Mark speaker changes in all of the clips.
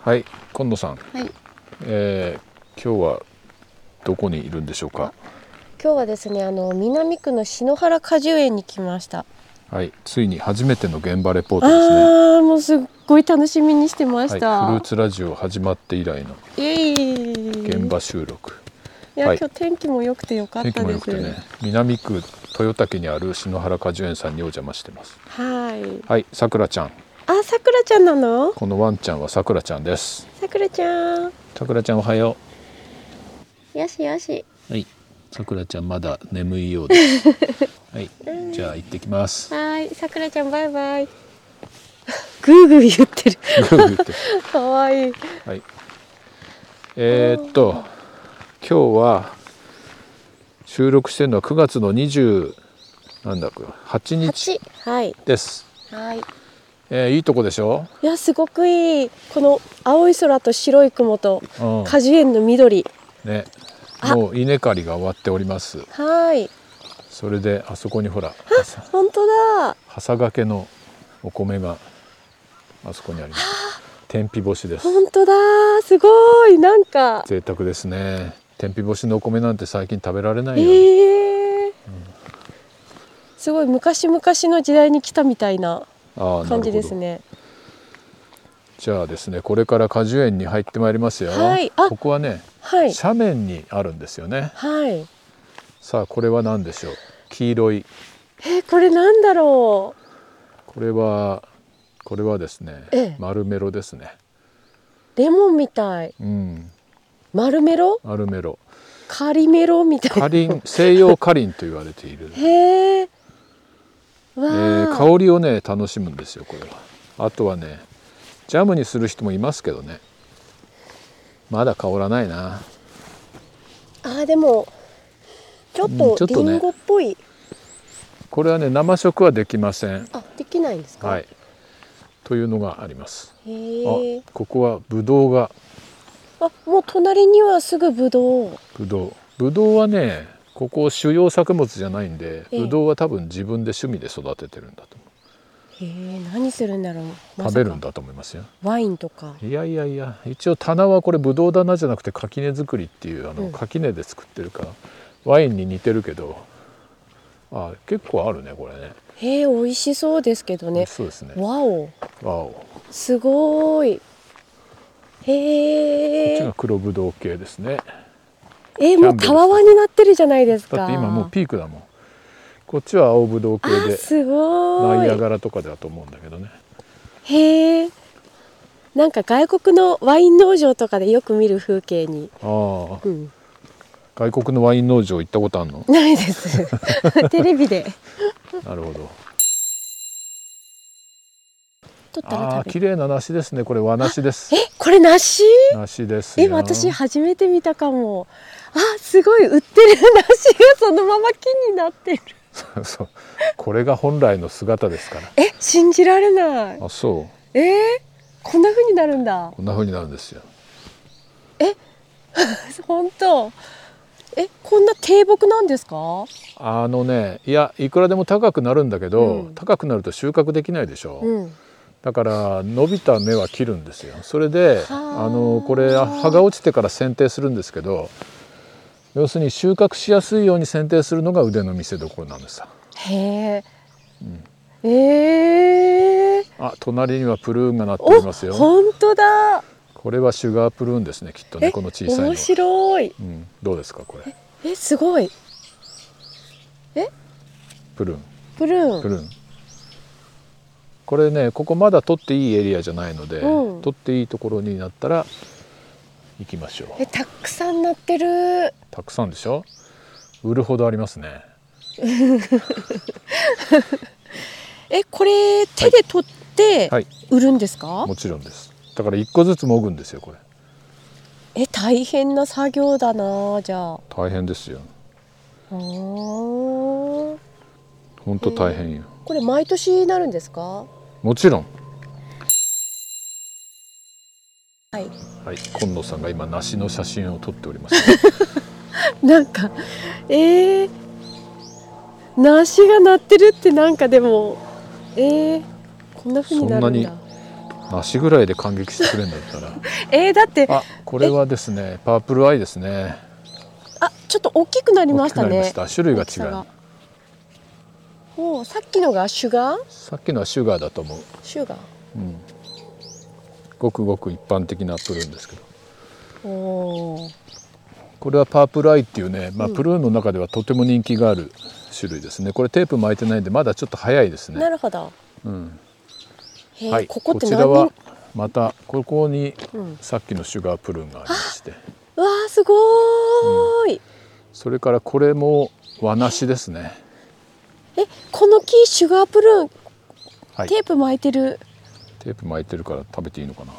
Speaker 1: はい、今野さん、
Speaker 2: はい、今
Speaker 1: えー今日はどこにいるんでしょうか。
Speaker 2: 日はですね、あの南区の篠原果樹園に来ました。
Speaker 1: はい、ついに初めての現場レポートですね。
Speaker 2: ああ、もうすっごい楽しみにしてま
Speaker 1: はい、
Speaker 2: し
Speaker 1: フル
Speaker 2: た。
Speaker 1: ーツラジオ始まって以来の
Speaker 2: イエイ。
Speaker 1: 現場収録。
Speaker 2: いや、
Speaker 1: はい
Speaker 2: 今日天気も良くて良かった
Speaker 1: 天
Speaker 2: です。
Speaker 1: 気も良くてね、南区豊竹にある篠原果樹園さんにお邪魔してます。
Speaker 2: はい。
Speaker 1: はい、さくらちゃん、
Speaker 2: あ、さくらちゃんなの？
Speaker 1: このワンちゃんはさくらちゃんです。
Speaker 2: さくらちゃん。
Speaker 1: さくらちゃんおはよ
Speaker 2: よしよし。
Speaker 1: う。はい、さくらちゃんまだ眠いようです。 はい、じゃあ行ってきます
Speaker 2: は。ーい、さくらちゃんバイバイ。 ぐーぐー言ってる。
Speaker 1: グーグーって
Speaker 2: 可愛いい。
Speaker 1: はい。えーっと今日は収録してるのは9月の20なんだっけ8日
Speaker 2: 八。はい。
Speaker 1: です。
Speaker 2: はい。
Speaker 1: えーいいとこでしょ。
Speaker 2: いや、すごくいい。この青い空と白い雲と
Speaker 1: うん。
Speaker 2: 果樹園の緑。
Speaker 1: ね。
Speaker 2: あ
Speaker 1: もう稲刈りが終わっております。
Speaker 2: はい。
Speaker 1: それであそこにほらはさ
Speaker 2: 本当だ。
Speaker 1: はさがけのお米があそこにあります。天日干しです。
Speaker 2: 本当だ。すごい。なんか。
Speaker 1: 贅沢ですね。天日干しのお米なんて最近食べられないよ、
Speaker 2: ええーすごい昔々の時代に来たみたいな
Speaker 1: ああ、なる
Speaker 2: 感
Speaker 1: ほ
Speaker 2: じ
Speaker 1: ど
Speaker 2: です。ね。
Speaker 1: じゃあですねこれから果樹園に入ってまいりますよ、
Speaker 2: はいあ
Speaker 1: ここはね
Speaker 2: はい。
Speaker 1: 斜面にあるんですよね
Speaker 2: はい。
Speaker 1: さあこれは何でしょう黄色い
Speaker 2: えーこれなんだろう。
Speaker 1: これはこれはですね、
Speaker 2: ええ
Speaker 1: マルメロですね
Speaker 2: レモンみたい。
Speaker 1: うん
Speaker 2: 丸メロ？
Speaker 1: マルメロ
Speaker 2: カリメロみたい
Speaker 1: カ
Speaker 2: な。
Speaker 1: リン西洋カリンと言われている、え
Speaker 2: へえ。わあ、
Speaker 1: ー香りをね楽しむんですよこれはあとはねジャムにする人もいますけどねまだ香らないな
Speaker 2: あーでもちょっ
Speaker 1: うんちょ
Speaker 2: と
Speaker 1: っと
Speaker 2: リ
Speaker 1: ね
Speaker 2: ンゴっぽい。
Speaker 1: これはね生食はできません
Speaker 2: あできないんですか。
Speaker 1: はい。というのがあります
Speaker 2: へえ
Speaker 1: あ。ここはブドウが
Speaker 2: あもう隣にはすぐブドウ。
Speaker 1: ブドウブドウはねここ主要作物じゃないんで、
Speaker 2: ええ
Speaker 1: ブドウは多分自分で趣味で育ててるんだと思
Speaker 2: へえ何するんだろう。ま
Speaker 1: う
Speaker 2: さか
Speaker 1: 食べるんだと思いますよ
Speaker 2: ワインとか。
Speaker 1: いやいやいや一応棚はこれブドウ棚じゃなくて垣根作りっていうあ
Speaker 2: う
Speaker 1: の
Speaker 2: ん
Speaker 1: 垣根で作ってるから、ワインに似てるけどあ結構あるねこれね
Speaker 2: へえ美味しそうですけどね。
Speaker 1: そうですね
Speaker 2: わお
Speaker 1: わおこ
Speaker 2: すごーい。
Speaker 1: っ
Speaker 2: へ
Speaker 1: ち
Speaker 2: え
Speaker 1: が。黒ブドウ系ですね
Speaker 2: えもうたわわになってるじゃないですか。
Speaker 1: だって今もうピークだもんこっちは青ブドウ系
Speaker 2: あ
Speaker 1: です
Speaker 2: ご
Speaker 1: ナイア
Speaker 2: ーい。
Speaker 1: ガラとかだと思うんだけどね
Speaker 2: へえ。なんか外国のワイン農場とかでよく見る風景に。
Speaker 1: ああ
Speaker 2: うん。
Speaker 1: 外国のワイン農場行ったことあるの
Speaker 2: ないです。 テレビで。
Speaker 1: なるほど
Speaker 2: 撮った
Speaker 1: あ
Speaker 2: ら
Speaker 1: あ
Speaker 2: 食べ
Speaker 1: 綺
Speaker 2: る。
Speaker 1: 麗な梨ですねこれ和梨です
Speaker 2: えこれ梨？
Speaker 1: 梨ですよ
Speaker 2: え私初めて見たかも。あすごい売ってる梨がそのまま木になってる。
Speaker 1: そう そうこれが本来の姿ですから
Speaker 2: え信じられない。
Speaker 1: あそ
Speaker 2: えー、こんな風になるんだ
Speaker 1: う。こんな風になるんですよ
Speaker 2: 本当。え、こんな低木なんですか？
Speaker 1: あのねいやいくらでも高くなるんだけど、
Speaker 2: うん
Speaker 1: 高くなると収穫できないでしょ、
Speaker 2: うん。
Speaker 1: だから伸びた芽は切るんですよそれで
Speaker 2: はあ
Speaker 1: あのこれ葉が落ちてから剪定するんですけど要するに収穫しやすいように剪定するのが腕の見せ所なんですさ
Speaker 2: へえ。ええー。
Speaker 1: あ隣にはプルーンがなって
Speaker 2: お
Speaker 1: います、よ
Speaker 2: 本当だ。
Speaker 1: これはシュガープルーンですねきっとね
Speaker 2: え、
Speaker 1: この小さいの
Speaker 2: 面白い。
Speaker 1: うん、どうですかこれ
Speaker 2: え、すごい。
Speaker 1: プルーン
Speaker 2: プルーン。
Speaker 1: プルーンこれねここまだ取っていいエリアじゃないので、
Speaker 2: うん
Speaker 1: 取っていいところになったら行きましょう
Speaker 2: え、たくさんなってる。
Speaker 1: たくさんでしょ売るほどありますね
Speaker 2: え、これ手で取って
Speaker 1: はい
Speaker 2: 売るんですか？
Speaker 1: もちろんですだから一個ずつもぐんですよこれ
Speaker 2: え、大変な作業だな。じゃあ。
Speaker 1: 大変ですよ
Speaker 2: おー
Speaker 1: ほんと大変よ、
Speaker 2: これ毎年なるんですか？
Speaker 1: もちろん
Speaker 2: はい。
Speaker 1: はい今野さんが今梨の写真を撮っております、
Speaker 2: なんかえー、梨が鳴ってるってなんかでもえー、こんな風になるんだ
Speaker 1: そ足ぐらいで感激してくれるんだったら
Speaker 2: えー、だってあ
Speaker 1: あこれはですねパープルアイですね
Speaker 2: ちょっと大きくなりま
Speaker 1: 大き
Speaker 2: し
Speaker 1: く
Speaker 2: た
Speaker 1: なりま
Speaker 2: ね
Speaker 1: した種類が
Speaker 2: 大きさ
Speaker 1: 違う
Speaker 2: おーさっきのがシュガー
Speaker 1: さっきのはシュガーだと思う
Speaker 2: シュガ
Speaker 1: ごくごく一般的なプルーンですけど
Speaker 2: ーおー
Speaker 1: これはパープルアイっていうね、まあ、プルーンの中ではとても人気がある種類ですねこれテープ巻いてないんでまだちょっと早いです
Speaker 2: な
Speaker 1: ね、
Speaker 2: るほど、へー
Speaker 1: はい、
Speaker 2: ここって
Speaker 1: ち
Speaker 2: 何
Speaker 1: ら
Speaker 2: 人
Speaker 1: はまたここに
Speaker 2: ん
Speaker 1: さっきのシュガープルーンがありまして、
Speaker 2: うわーすごーい、
Speaker 1: それからこれも和梨ですね、
Speaker 2: えこの木シュガープルーン
Speaker 1: はい、
Speaker 2: テープ巻いてる、
Speaker 1: テープ巻いてるから食べていいのかな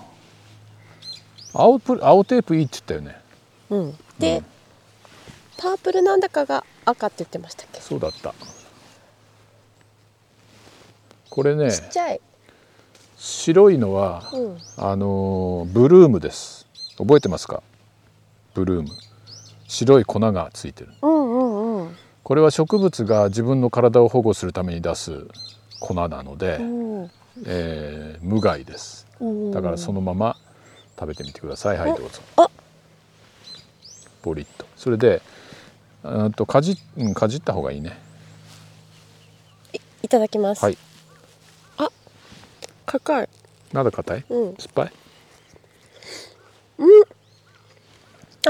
Speaker 1: 青プル青テープいいって言ったよね
Speaker 2: うん、で、パープルなんだかが赤って言ってましたっけ
Speaker 1: そうだったこれね
Speaker 2: ちっちゃい、
Speaker 1: 白いのは、
Speaker 2: うん、
Speaker 1: あのーブルームです覚えてますかブルーム白い粉がついてる
Speaker 2: うんうんうん
Speaker 1: これは植物が自分の体を保護するために出す粉なので、
Speaker 2: うん
Speaker 1: えー無害です
Speaker 2: うん
Speaker 1: だからそのまま食べてみてくださいはいどうぞ
Speaker 2: あ
Speaker 1: ボリッとそれでうんとかじうんかじった方がいいね
Speaker 2: いただきます、
Speaker 1: はい
Speaker 2: 高い
Speaker 1: まだ硬い
Speaker 2: うん
Speaker 1: 酸っぱい
Speaker 2: あ美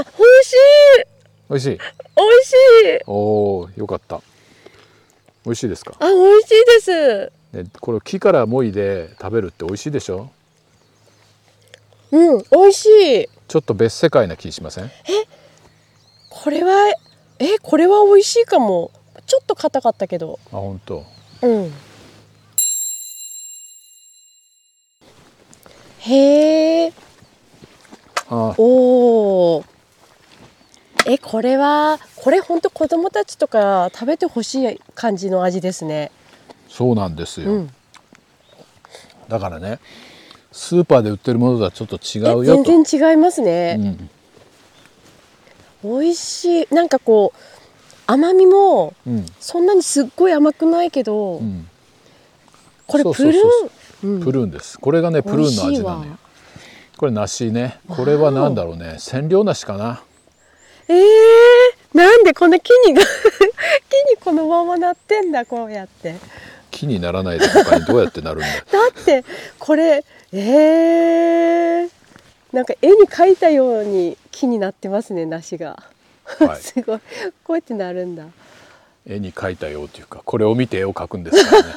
Speaker 2: 味しい
Speaker 1: 美味しい
Speaker 2: 美味しい
Speaker 1: おーよかった美味しいですか、
Speaker 2: あ美味しいです
Speaker 1: ね、これ木からもいで食べるって美味しいでしょ
Speaker 2: うん美味しい
Speaker 1: ちょっと別世界な気しません
Speaker 2: これはえこれは美味しいかもちょっと硬かったけど
Speaker 1: あ本当。
Speaker 2: うんへえ
Speaker 1: あ
Speaker 2: おお。え、これは、これ本当子供たちとか食べてほしい感じの味ですね。
Speaker 1: そうなんですよ、
Speaker 2: うん。
Speaker 1: だからねスーパーで売ってるものとはちょっと違
Speaker 2: え
Speaker 1: うよと
Speaker 2: 全然違いますね。
Speaker 1: 然、
Speaker 2: 美味しい。なんかこう甘みも
Speaker 1: うんうん
Speaker 2: そんなにすっごい甘くないけど、
Speaker 1: うん
Speaker 2: これ
Speaker 1: そう
Speaker 2: プ
Speaker 1: そう
Speaker 2: ル
Speaker 1: そうそう
Speaker 2: ーン。うん
Speaker 1: プルーンですこれがねプルーンの
Speaker 2: 美味し
Speaker 1: 味
Speaker 2: いわ
Speaker 1: なのよこれ梨ねこれはなんだろうね千両梨かな
Speaker 2: えー、なんでこんな木にが 木にこのままなってんだこうやって。
Speaker 1: 木にならないで他にどうやってなるんだ
Speaker 2: だってこれえー、なんか絵に描いたように木になってますね梨が、
Speaker 1: はい
Speaker 2: すごいこうやってなるんだ
Speaker 1: 絵に描いたよっていうかこれを見て絵を描くんですからね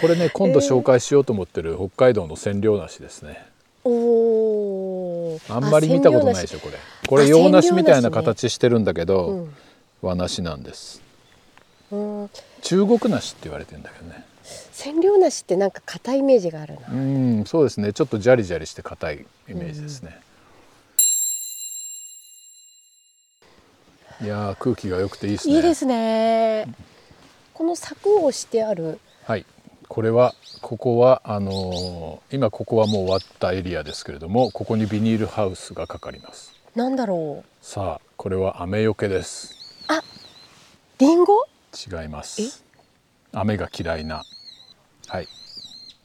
Speaker 1: これね今度紹介しようと思ってる北海道の千両梨ですね
Speaker 2: おー
Speaker 1: あんまり見たことないでしょこれこれ洋梨みたいな形してるんだけど、
Speaker 2: 千両梨ね
Speaker 1: 和梨なんです
Speaker 2: あうん
Speaker 1: 中国梨って言われてるんだけどね
Speaker 2: 千両梨ってなんか硬いイメージがあるな
Speaker 1: うんそうですねちょっとジャリジャリして硬いイメージですね、いやー空気が良くていいですね
Speaker 2: いいですねこの柵をしてある
Speaker 1: はいこれはここはあのー今ここはもう終わったエリアですけれどもここにビニールハウスがかかります
Speaker 2: なんだろう
Speaker 1: さあこれは雨よけです
Speaker 2: リンゴ
Speaker 1: 違います雨が嫌いなはい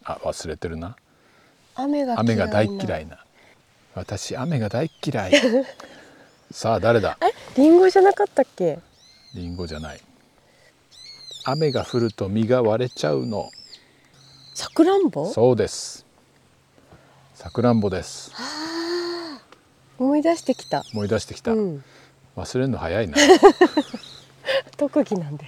Speaker 1: あ忘れてるな
Speaker 2: 雨が嫌いな
Speaker 1: 雨が大嫌いな私雨が大嫌 いさあ誰だ
Speaker 2: えリンゴじゃなかったっけ
Speaker 1: リンゴじゃない雨が降ると実が割れちゃうの
Speaker 2: さくらんぼ
Speaker 1: そうですさくらんぼです
Speaker 2: 思い出してきた
Speaker 1: 思い出してきた、
Speaker 2: うん
Speaker 1: 忘れるの早い な
Speaker 2: 特技なんで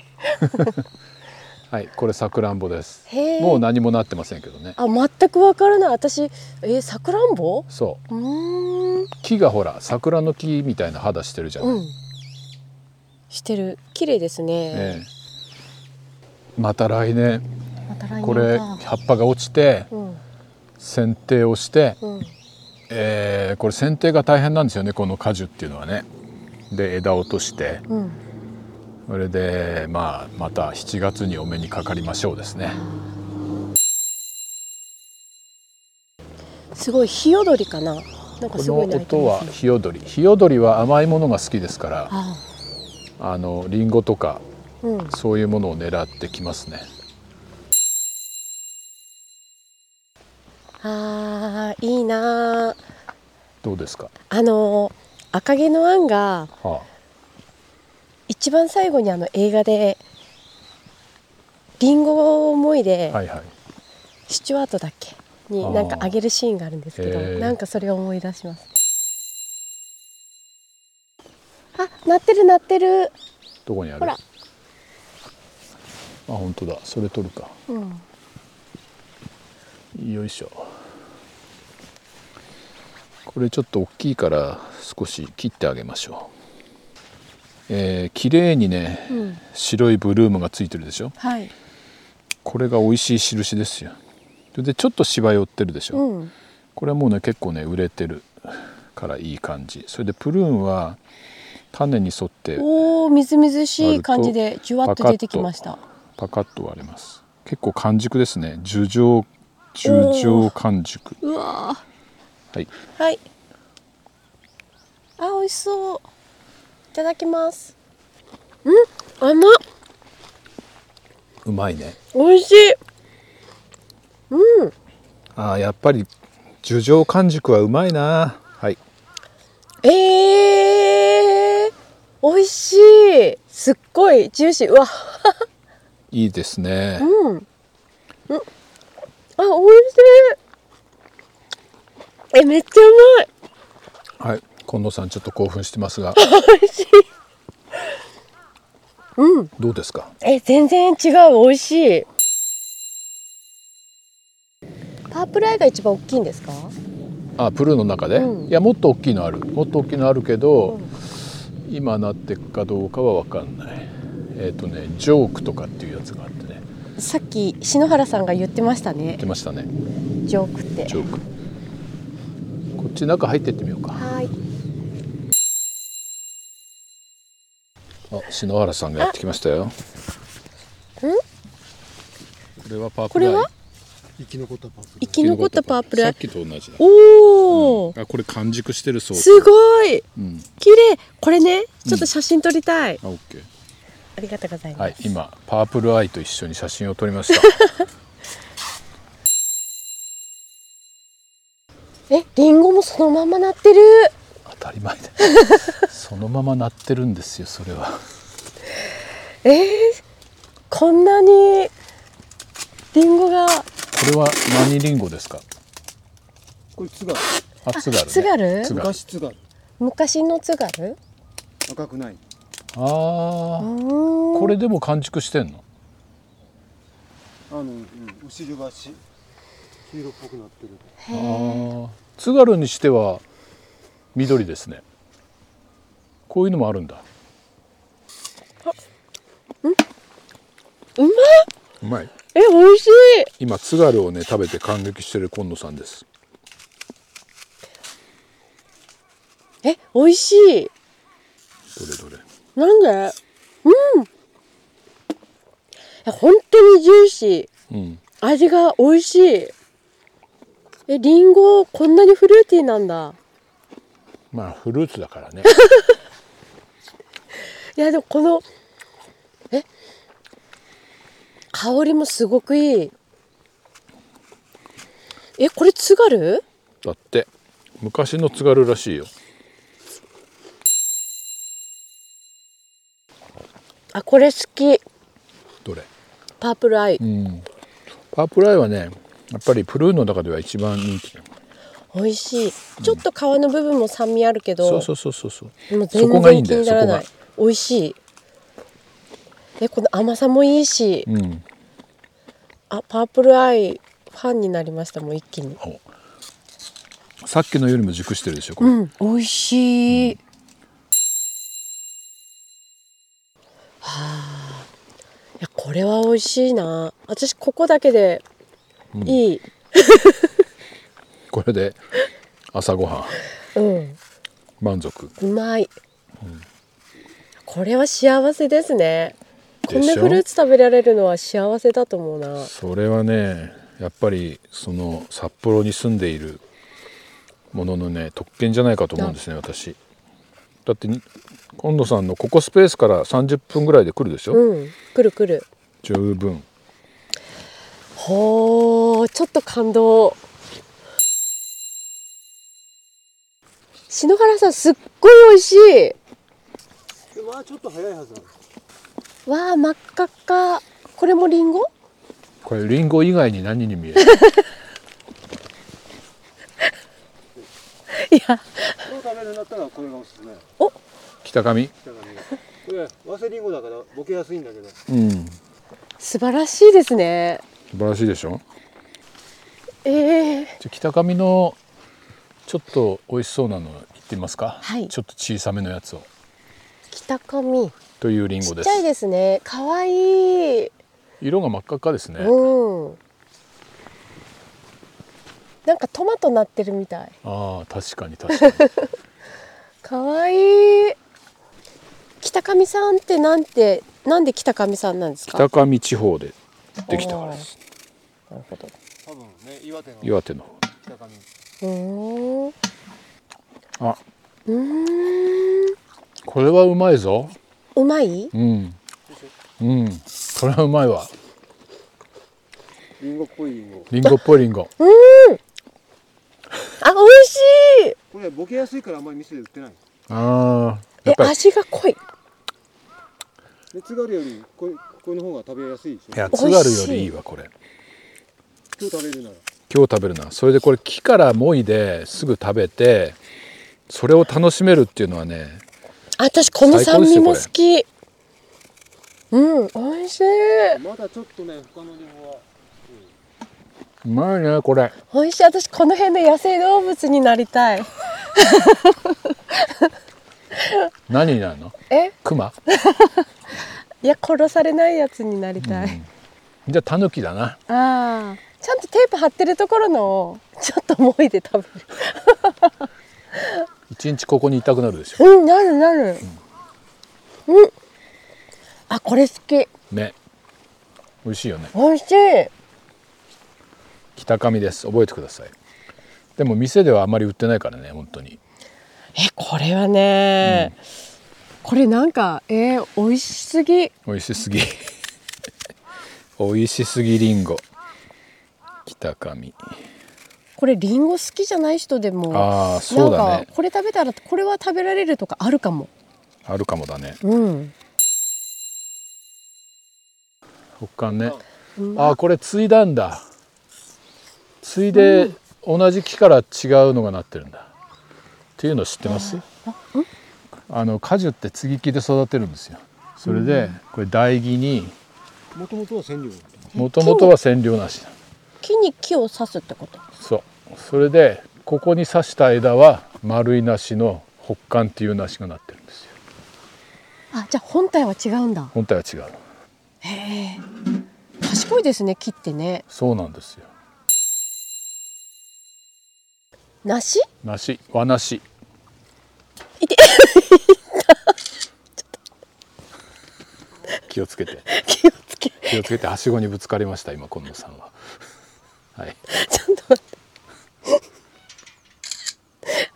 Speaker 1: はいこれさくらんぼです
Speaker 2: へー
Speaker 1: もう何もなってませんけどね
Speaker 2: あ全くわからない私えさくらんぼ
Speaker 1: そう
Speaker 2: うーん
Speaker 1: 木がほら桜の木みたいな肌してるじゃん、
Speaker 2: うんしてる綺麗ですね、
Speaker 1: ええまた来年
Speaker 2: また来年か
Speaker 1: これ葉っぱが落ちて
Speaker 2: うん
Speaker 1: 剪定をして、
Speaker 2: うん
Speaker 1: えーこれ剪定が大変なんですよねこの果樹っていうのはねで枝を落として
Speaker 2: うん
Speaker 1: それでまあまた7月にお目にかかりましょうですね
Speaker 2: すごいヒヨドリかななんか
Speaker 1: こ
Speaker 2: す
Speaker 1: の
Speaker 2: ごい鳴いて
Speaker 1: 音
Speaker 2: ま
Speaker 1: は
Speaker 2: すね
Speaker 1: ヒヨドリヒヨドリは甘いものが好きですから
Speaker 2: あ
Speaker 1: あのリンゴとか
Speaker 2: うん
Speaker 1: そういうものを狙ってきますね
Speaker 2: あーいいなー
Speaker 1: どうですか、
Speaker 2: あの赤毛のアンが
Speaker 1: は
Speaker 2: 一番最後にあの映画でリンゴを思い
Speaker 1: あ、
Speaker 2: で
Speaker 1: はいはい
Speaker 2: スチュワートだっけに
Speaker 1: あー
Speaker 2: なんかあげるシーンがあるんですけど
Speaker 1: へー
Speaker 2: なんかそれを思い出しますあ鳴ってる鳴ってる
Speaker 1: どこにある
Speaker 2: ほら
Speaker 1: あ本当だそれ取るか
Speaker 2: うん
Speaker 1: よいしょこれちょっと大きいから少し切ってあげましょうえー、綺麗にね、
Speaker 2: うん
Speaker 1: 白いブルームがついてるでしょ
Speaker 2: はい
Speaker 1: これが美味しい印ですよそれでちょっと芝寄ってるでしょ、
Speaker 2: うん
Speaker 1: これはもうね結構ね売れてるからいい感じそれでプルーンは種に沿って
Speaker 2: おーみずみずしい感じでじゅわっと出てきました
Speaker 1: パカッと割れます結構完熟ですね樹状樹状完熟
Speaker 2: うわ
Speaker 1: はい
Speaker 2: ーはいあ美味しそういただきますうん甘っ
Speaker 1: うまいね
Speaker 2: 美味しい
Speaker 1: あーやっぱり樹状完熟はうまいなはい
Speaker 2: えー、美味しいすっごいジューシーうわ
Speaker 1: いいですね
Speaker 2: うん、うん、あ美味しいえめっちゃうまい
Speaker 1: はい近藤さんちょっと興奮してます が
Speaker 2: 美味しい
Speaker 1: どうですか
Speaker 2: え全然違う美味しいパープルアイが一番大きいんですか
Speaker 1: あプルーンの中で、
Speaker 2: うん
Speaker 1: いやもっと大きいのあるもっと大きいのあるけど、今なってくかどうかは分かんないえっ、とねジョークとかっていうやつがあってね
Speaker 2: さっき篠原さんが言ってましたね
Speaker 1: 出ましたね
Speaker 2: ジョークって
Speaker 1: ジョークこっち中入ってってみようか
Speaker 2: はい
Speaker 1: あ篠原さんがやってきましたよこれはパープ
Speaker 2: こ
Speaker 1: ル
Speaker 2: れ
Speaker 1: アイ
Speaker 2: は
Speaker 3: 生き残ったパープ
Speaker 2: 生き残ったパープルアイ
Speaker 1: さっきと同じだ
Speaker 2: おお、
Speaker 1: あこれ完熟してるそう
Speaker 2: すごい
Speaker 1: うん
Speaker 2: 綺麗これねちょっと写真撮りたい、
Speaker 1: あオッケー
Speaker 2: ありがとうございます、
Speaker 1: はい、今パープルアイと一緒に写真を撮りま した。
Speaker 2: えリンゴもそのままなってる
Speaker 1: 当たり前だ。そのまま鳴ってるんですよ、それは。
Speaker 2: えー、こんなにリンゴが
Speaker 1: これは何リンゴですか。
Speaker 3: これ津軽
Speaker 1: あ、津軽、ね。
Speaker 2: 津軽
Speaker 1: 津軽
Speaker 3: 昔津軽
Speaker 2: 昔の津軽
Speaker 3: 赤くない
Speaker 2: あ
Speaker 1: ああ、
Speaker 2: ー
Speaker 1: これでも完熟してんの。
Speaker 3: あの、うん、後ろがし黄色っぽくなってる
Speaker 1: あー津軽にしては緑ですね。こういうのもあるんだ。
Speaker 2: うまいう
Speaker 1: まい。
Speaker 2: え美味しい
Speaker 1: 今津軽をね食べて感激してる今野さんです。
Speaker 2: え美味しい
Speaker 1: どれどれ。
Speaker 2: なんでうんいや本当にジューシ
Speaker 1: うん。
Speaker 2: ー味が美味しいえリンゴこんなにフルーティーなんだ
Speaker 1: まあフルーツだから ね。
Speaker 2: いやでもこのえ香りもすごくいいえこれ津軽
Speaker 1: だって昔の津軽らしいよ。
Speaker 2: あこれ好き
Speaker 1: どれ。
Speaker 2: パープルアイ、
Speaker 1: うん、パープルアイはねやっぱりプルーンの中では一番人気
Speaker 2: 美味しいちょっと皮の部分も酸味あるけど、
Speaker 1: そうそうそうそうそう
Speaker 2: でも
Speaker 1: そこ
Speaker 2: 全
Speaker 1: がいい
Speaker 2: 然
Speaker 1: ん
Speaker 2: 気
Speaker 1: だよ
Speaker 2: に
Speaker 1: そ
Speaker 2: な
Speaker 1: こが
Speaker 2: らない、美味しいえこの甘さもいいし、
Speaker 1: うん
Speaker 2: あパープルアイファンになりましたもう一気に
Speaker 1: さっきのよりも熟してるでしょこれ、
Speaker 2: うん美味しい、はあいやこれは美味しいな私ここだけでいい、
Speaker 1: これで朝ごはん
Speaker 2: うん
Speaker 1: 満足
Speaker 2: うまい、これは幸せですねこんなフルーツ食べられるのは幸せだと思うな
Speaker 1: それはねやっぱりその札幌に住んでいるもののね特権じゃないかと思うんですね私だってに今野さんのここスペースから30分ぐらいで来るでしょ、
Speaker 2: うんくるくる
Speaker 1: 十分
Speaker 2: ほーちょっと感動篠原さんすっごい美味しい
Speaker 3: でまあちょっと早いはずなんです
Speaker 2: わあ真っ赤っかこれもリンゴ
Speaker 1: これリンゴ以外に何に 見える
Speaker 2: いや
Speaker 3: これを食べるんだったらこれがおすすめ
Speaker 2: お
Speaker 1: 北上
Speaker 3: 北上がこれ早瀬りんごだからボケやすいんだけど
Speaker 1: うん
Speaker 2: 素晴らしいですね
Speaker 1: 素晴らしいでしょ
Speaker 2: ええ
Speaker 1: じゃあ北上のちょっと美味しそうなのいってみますか、
Speaker 2: はい
Speaker 1: ちょっと小さめのやつを
Speaker 2: 北上
Speaker 1: というリン
Speaker 2: ち
Speaker 1: ゴ
Speaker 2: っ
Speaker 1: です
Speaker 2: ちゃいですね可愛い
Speaker 1: 色が真っ赤っかですね、
Speaker 2: うんなんかトマトなってるみたい
Speaker 1: ああ確かに確かに
Speaker 2: 可愛い北上さんってなんてなんで北上さんなんですか
Speaker 1: 北上地方でできたからです
Speaker 2: なるほど
Speaker 3: 多分ね岩手の
Speaker 1: 岩手の
Speaker 3: 北上
Speaker 2: うーんう
Speaker 1: 方あ
Speaker 2: ーん
Speaker 1: これはうまいぞ
Speaker 2: うまい
Speaker 1: うんうんこれはうまいわ
Speaker 3: りんごっぽいりんご
Speaker 1: リンゴっぽいリンゴ
Speaker 2: あ美味しい
Speaker 3: これボケやすいからあんまり店で売ってない
Speaker 1: ああや
Speaker 2: え
Speaker 1: っぱり
Speaker 2: 味が濃い
Speaker 3: 熱があるよりこれこれの方が食べやすいでし
Speaker 1: い
Speaker 3: ょ
Speaker 1: や津軽よりいいわこれ
Speaker 3: 今日食べるなら
Speaker 1: 今日食べるなそれでこれ木からもいですぐ食べてそれを楽しめるっていうのはね
Speaker 2: あ私この
Speaker 1: 最高
Speaker 2: 酸
Speaker 1: です
Speaker 2: 味
Speaker 1: よ
Speaker 2: も好きうん美味しい
Speaker 3: まだちょっとね他のりんごは
Speaker 1: うまいねこれ
Speaker 2: 美味しい私この辺の野生動物になりたい
Speaker 1: 何になるの
Speaker 2: え
Speaker 1: クマ、
Speaker 2: いや殺されないやつになり
Speaker 1: う
Speaker 2: たい、
Speaker 1: んじゃあタヌキだな
Speaker 2: ああちゃんとテープ貼ってるところのをちょっと思いで食べる
Speaker 1: 一日ここにいたくなるでしょ
Speaker 2: うんなるなるうん、あこれ好き
Speaker 1: ね美味しいよね
Speaker 2: 美味しい
Speaker 1: 北上です覚えてくださいでも店ではあまり売ってないからね本当に
Speaker 2: えこれはね、これなんかえー、美味しすぎ
Speaker 1: 美味しすぎ 美味しすぎりんご北上
Speaker 2: これリンゴ好きじゃない人でも
Speaker 1: あーそうだね
Speaker 2: なんかこれ食べたらこれは食べられるとかあるかも
Speaker 1: あるかもだね
Speaker 2: うん
Speaker 1: 他ね
Speaker 2: うん
Speaker 1: あーこれ継いだんだ継いで同じ木から違うのがなってるんだっていうの知ってますあの果樹って継ぎ木で育てるんですよそれでこれ台木に
Speaker 3: もともとは千両
Speaker 1: もともとは占領なしだ
Speaker 2: 木に木を刺すってこと
Speaker 1: そうそれでここに刺した枝は丸い梨の北韓っていう梨がなってるんですよ
Speaker 2: あじゃあ本体は違うんだ
Speaker 1: 本体は違うの
Speaker 2: へえ賢いですね木ってね
Speaker 1: そうなんですよ
Speaker 2: 梨
Speaker 1: 梨和梨 気をつけて
Speaker 2: 気をつけち
Speaker 1: 気をつけてはしごにぶつかりました今近藤さんははい
Speaker 2: ょっと待って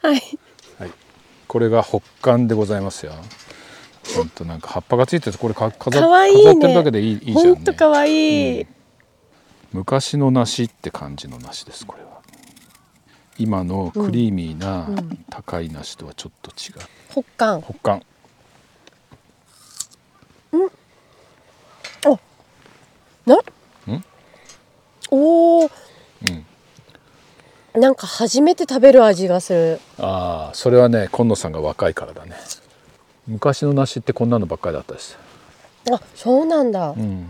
Speaker 2: はい
Speaker 1: はい、これが北韓でございますよ。ほんとなんか葉っぱがついててこれか飾っ
Speaker 2: 可愛いね
Speaker 1: 飾ってるだけでいいいいじゃん
Speaker 2: ほ
Speaker 1: ね。
Speaker 2: んと可愛いい
Speaker 1: 昔の梨って感じの梨ですこれは。今のクリーミーな高い梨とはちょっと違う。
Speaker 2: 北韓
Speaker 1: 北韓
Speaker 2: おなおお、なんか初めて食べる味がする
Speaker 1: ああそれはね今野さんが若いからだね。昔の梨ってこんなのばっかりだったです。
Speaker 2: あそうなんだ、
Speaker 1: うん、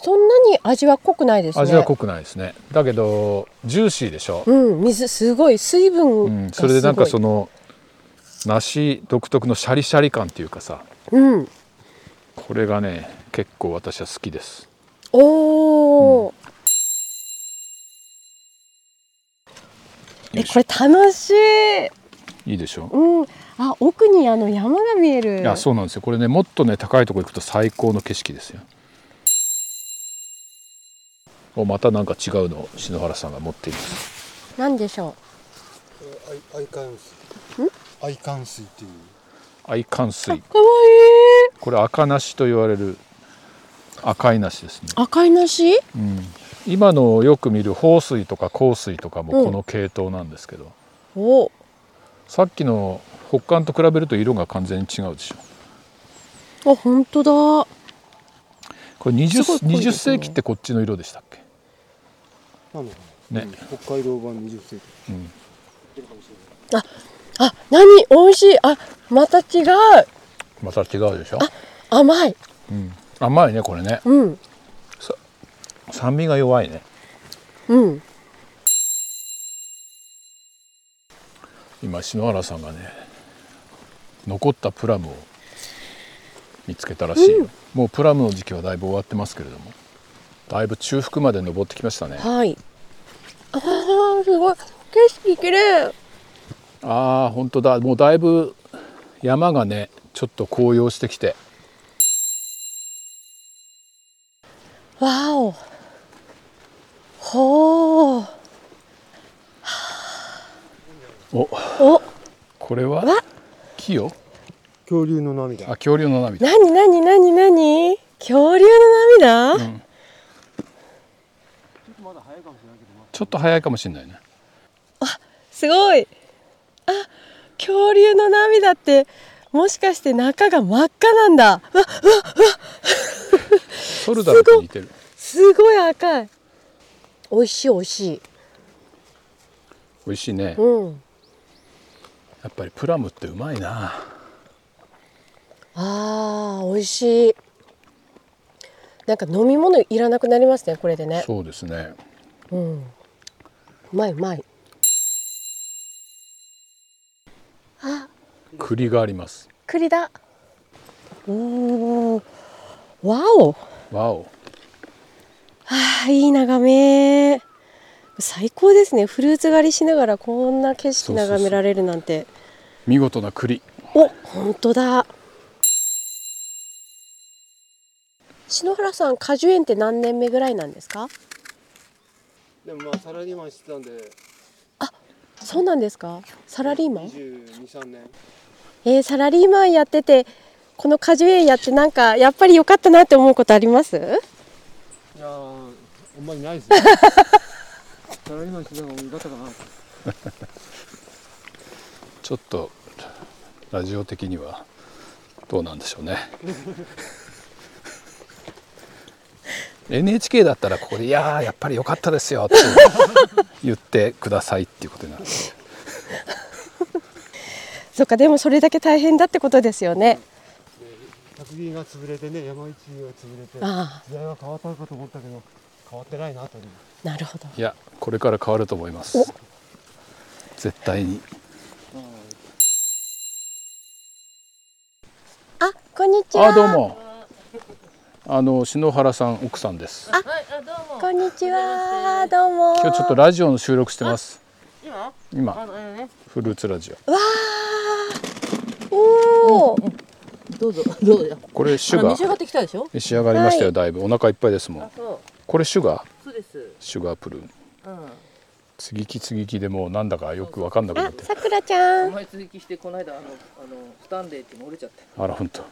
Speaker 2: そんなに味は濃くないですね
Speaker 1: 味は濃くないですね。だけどジューシーでしょ。
Speaker 2: うん水すごい水分がすご
Speaker 1: う
Speaker 2: い、
Speaker 1: ん、それでなんかその梨独特のシャリシャリ感っていうかさ
Speaker 2: うん
Speaker 1: これがね結構私は好きです
Speaker 2: おお、えこれ楽しい
Speaker 1: いいでしょ、
Speaker 2: うんあ奥にあの山が見え
Speaker 1: い
Speaker 2: る
Speaker 1: やそうなんですよこれねもっとね高いとこ行くと最高の景色ですよおまたなんか違うのを篠原さんが持っています
Speaker 2: なんでしょ
Speaker 3: アイカン水アイカン水っていう
Speaker 1: 愛寒水
Speaker 2: うかわいい
Speaker 1: これ赤梨と言われる赤い梨ですね、
Speaker 2: 赤い梨
Speaker 1: うん、今のよく見る豊水とか香水とかもこの系統なんですけど、
Speaker 2: お
Speaker 1: さっきの北韓と比べると色が完全に違うでしょ
Speaker 2: あ本当だ
Speaker 1: これ 20,
Speaker 2: すごい濃いですね
Speaker 1: 20世紀ってこっちの色でしたっけ
Speaker 3: なのかな
Speaker 1: ね
Speaker 3: うん北海道版20世紀
Speaker 2: あ何美味しいあまた違う
Speaker 1: また違うでしょ
Speaker 2: 甘い
Speaker 1: 甘いねこれね
Speaker 2: うん
Speaker 1: 酸味が弱いね
Speaker 2: うん
Speaker 1: 今篠原さんがね残ったプラムを見つけたらしいよ、もうプラムの時期はだいぶ終わってますけれどもだいぶ中腹まで登ってきましたね
Speaker 2: はいあーすごい景色綺麗
Speaker 1: ああ本当だもうだいぶ山がねちょっと紅葉してきて
Speaker 2: わおほー
Speaker 1: お
Speaker 2: お
Speaker 1: これは
Speaker 2: わ
Speaker 1: 木よ
Speaker 3: 恐竜の涙
Speaker 1: あ恐竜の涙
Speaker 2: なになになになに恐竜の涙、
Speaker 3: まだ早いかもしれないけどま
Speaker 1: ちょっと早いかもしれないね
Speaker 2: すごいあ恐竜の涙ってもしかして中が真っ赤なんだうわ
Speaker 1: ソルダルと似てる
Speaker 2: すごい赤い美味しい美味しい
Speaker 1: 美味しいね
Speaker 2: うん
Speaker 1: やっぱりプラムってうまいな
Speaker 2: あー美味しいなんか飲み物いらなくなりますねこれでね
Speaker 1: そうですね
Speaker 2: うまいうまいあ
Speaker 1: 栗があります
Speaker 2: 栗だおーわお
Speaker 1: わお
Speaker 2: あーいい眺め最高ですねフルーツ狩りしながらこんな景色眺められるなんて
Speaker 1: 見事な栗
Speaker 2: お本当だ篠原さん果樹園って何年目ぐらいなんですか
Speaker 3: でもまあサラリーマンしてたんで
Speaker 2: そうなんですかサラリーマン
Speaker 3: 223年
Speaker 2: えーサラリーマンやっててこの果樹園やってなんかやっぱり良かったなって思うことあります
Speaker 3: いやーあんまりないですね サラリーマンしてたのもよかったかな
Speaker 1: ちょっとラジオ的にはどうなんでしょうね NHK だったらここで「いやーやっぱり良かったですよ」って言ってくださいっていうことになる
Speaker 2: そっかでもそれだけ大変だってことですよね
Speaker 3: 作品が潰れてね山一が潰れて
Speaker 2: あ
Speaker 3: 時代は変わったかと思ったけど変わってないなと思う
Speaker 2: あなるほど
Speaker 1: いやこれから変わると思います絶対に
Speaker 2: あこんにちは
Speaker 1: あどうもあの篠原さん奥さんです
Speaker 4: はい、あ、どうも。
Speaker 2: こんにちはどうも
Speaker 1: 今日ちょっとラジオの収録してます
Speaker 4: 今、あ
Speaker 1: 今
Speaker 4: の、あのね、
Speaker 1: フルーツラジオ
Speaker 2: わーおー
Speaker 4: どうぞ、どうぞ。
Speaker 1: これシュ
Speaker 4: あ
Speaker 1: ガ
Speaker 4: 召し上
Speaker 1: ー
Speaker 4: がってきたでしょ
Speaker 1: 召し上がりました
Speaker 2: は
Speaker 1: よ
Speaker 2: い
Speaker 1: だいぶお腹いっぱいですも
Speaker 4: あ
Speaker 1: ん、
Speaker 4: そう、
Speaker 1: これシュガー
Speaker 4: そうです。う
Speaker 1: シュガープルーン
Speaker 4: ん。
Speaker 1: 接ぎ木接ぎ木でもうなんだかよくわかんなくな
Speaker 2: あ
Speaker 1: ってる
Speaker 2: さくらちゃ
Speaker 4: お
Speaker 2: ん
Speaker 4: 前続きして、この間、あの、あの、スタンデーっていうの折れちゃった。
Speaker 1: あらほんと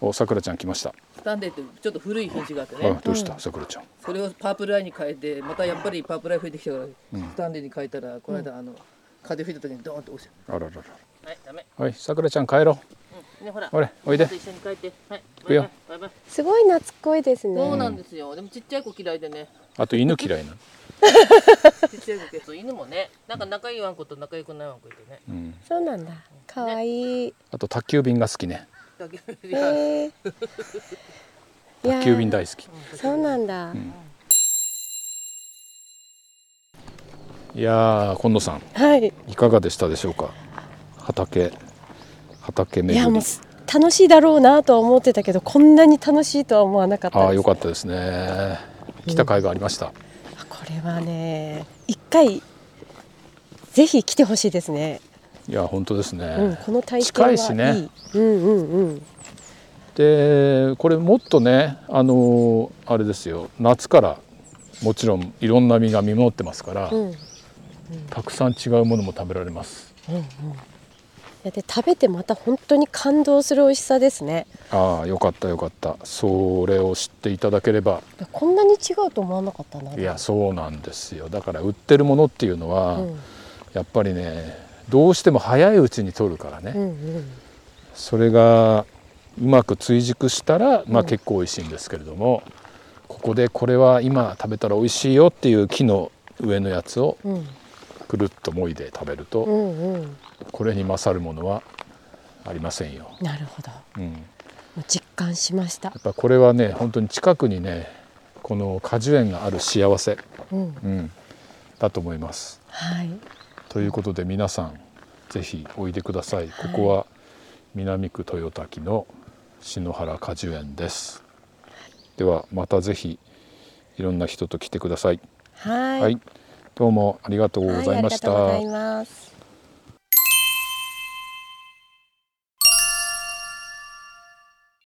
Speaker 1: おさくらちゃん来ました
Speaker 4: スタンデーって、ちょっと古い品種があって
Speaker 1: あ
Speaker 4: ね。
Speaker 1: どうしたさくらちゃん
Speaker 4: それをパープルアイに変えて、またやっぱりパープルアイ増えてきたから、スタンデーに変えたら、この間、あの。風吹いた時に、ドーンと落ち
Speaker 1: あららら
Speaker 4: た。はい、ダメ。
Speaker 1: はいさくらちゃん帰ろ
Speaker 4: うん、ね、ほら。
Speaker 1: うほれおいで
Speaker 4: 一緒に帰って。はい。
Speaker 1: くよ
Speaker 4: バイバイ。バイバイ。
Speaker 2: すごい懐っこいですね
Speaker 4: そうなんですよ。でも、ちっちゃい子嫌いでね。
Speaker 1: あと犬嫌いなの
Speaker 4: ちっちゃい子嫌い。そう犬もね、なんか仲いいワンコと仲良くないワンコいて ね。
Speaker 2: そうなんだかわいい、
Speaker 1: あと宅急便が好きね
Speaker 4: だけどいや
Speaker 2: えー、いや
Speaker 1: 宅急便
Speaker 2: ー
Speaker 1: 大好き
Speaker 2: そうなんだ、
Speaker 1: いやー今野さん
Speaker 2: はい
Speaker 1: いかがでしたでしょうか畑畑
Speaker 2: いや
Speaker 1: 巡
Speaker 2: もう
Speaker 1: り
Speaker 2: す楽しいだろうなとは思ってたけどこんなに楽しいとは思わなかったです
Speaker 1: ああよかったですね来た甲斐がありました、
Speaker 2: あこれはね一回ぜひ来てほしいですね、
Speaker 1: いや本当ですね、
Speaker 2: うん、この体験
Speaker 1: 近
Speaker 2: はいいい
Speaker 1: しね
Speaker 2: うんうんうん
Speaker 1: でこれもっとねあのーあれですよ夏からもちろんいろんな実が見守ってますから、
Speaker 2: うんい
Speaker 1: たくさん違うものも食べられます
Speaker 2: やで食べてまた本当に感動する美味しさですね
Speaker 1: ああよかったよかったそれを知っていただければ
Speaker 2: いやこんなに違うと思わなかったない
Speaker 1: いやそうなんですよだから売ってるものっていうのは、
Speaker 2: うん
Speaker 1: やっぱりねどうしても早いうちに取るからね、
Speaker 2: うんうん
Speaker 1: それがうまく追熟したら、まあ、結構美味しいんですけれども、ここでこれは今食べたら美味しいよっていう木の上のやつを
Speaker 2: うん
Speaker 1: くるっともいで食べると、
Speaker 2: うんうん
Speaker 1: これに勝るものはありませんよ。
Speaker 2: なるほど
Speaker 1: うん、や
Speaker 2: 実感しました
Speaker 1: っぱこれはね本当に近くにねこの果樹園がある幸せ、
Speaker 2: うん
Speaker 1: うん、だと思います。
Speaker 2: はい
Speaker 1: ということで皆さんぜひおいでください。ここは南区豊滝の篠原果樹園です。ではまたぜひいろんな人と来てください。
Speaker 2: はい
Speaker 1: はい、どうもありがとうご
Speaker 2: はい
Speaker 1: ざい
Speaker 2: あり
Speaker 1: ま
Speaker 2: が
Speaker 1: し
Speaker 2: とうござ
Speaker 1: た
Speaker 2: い。ます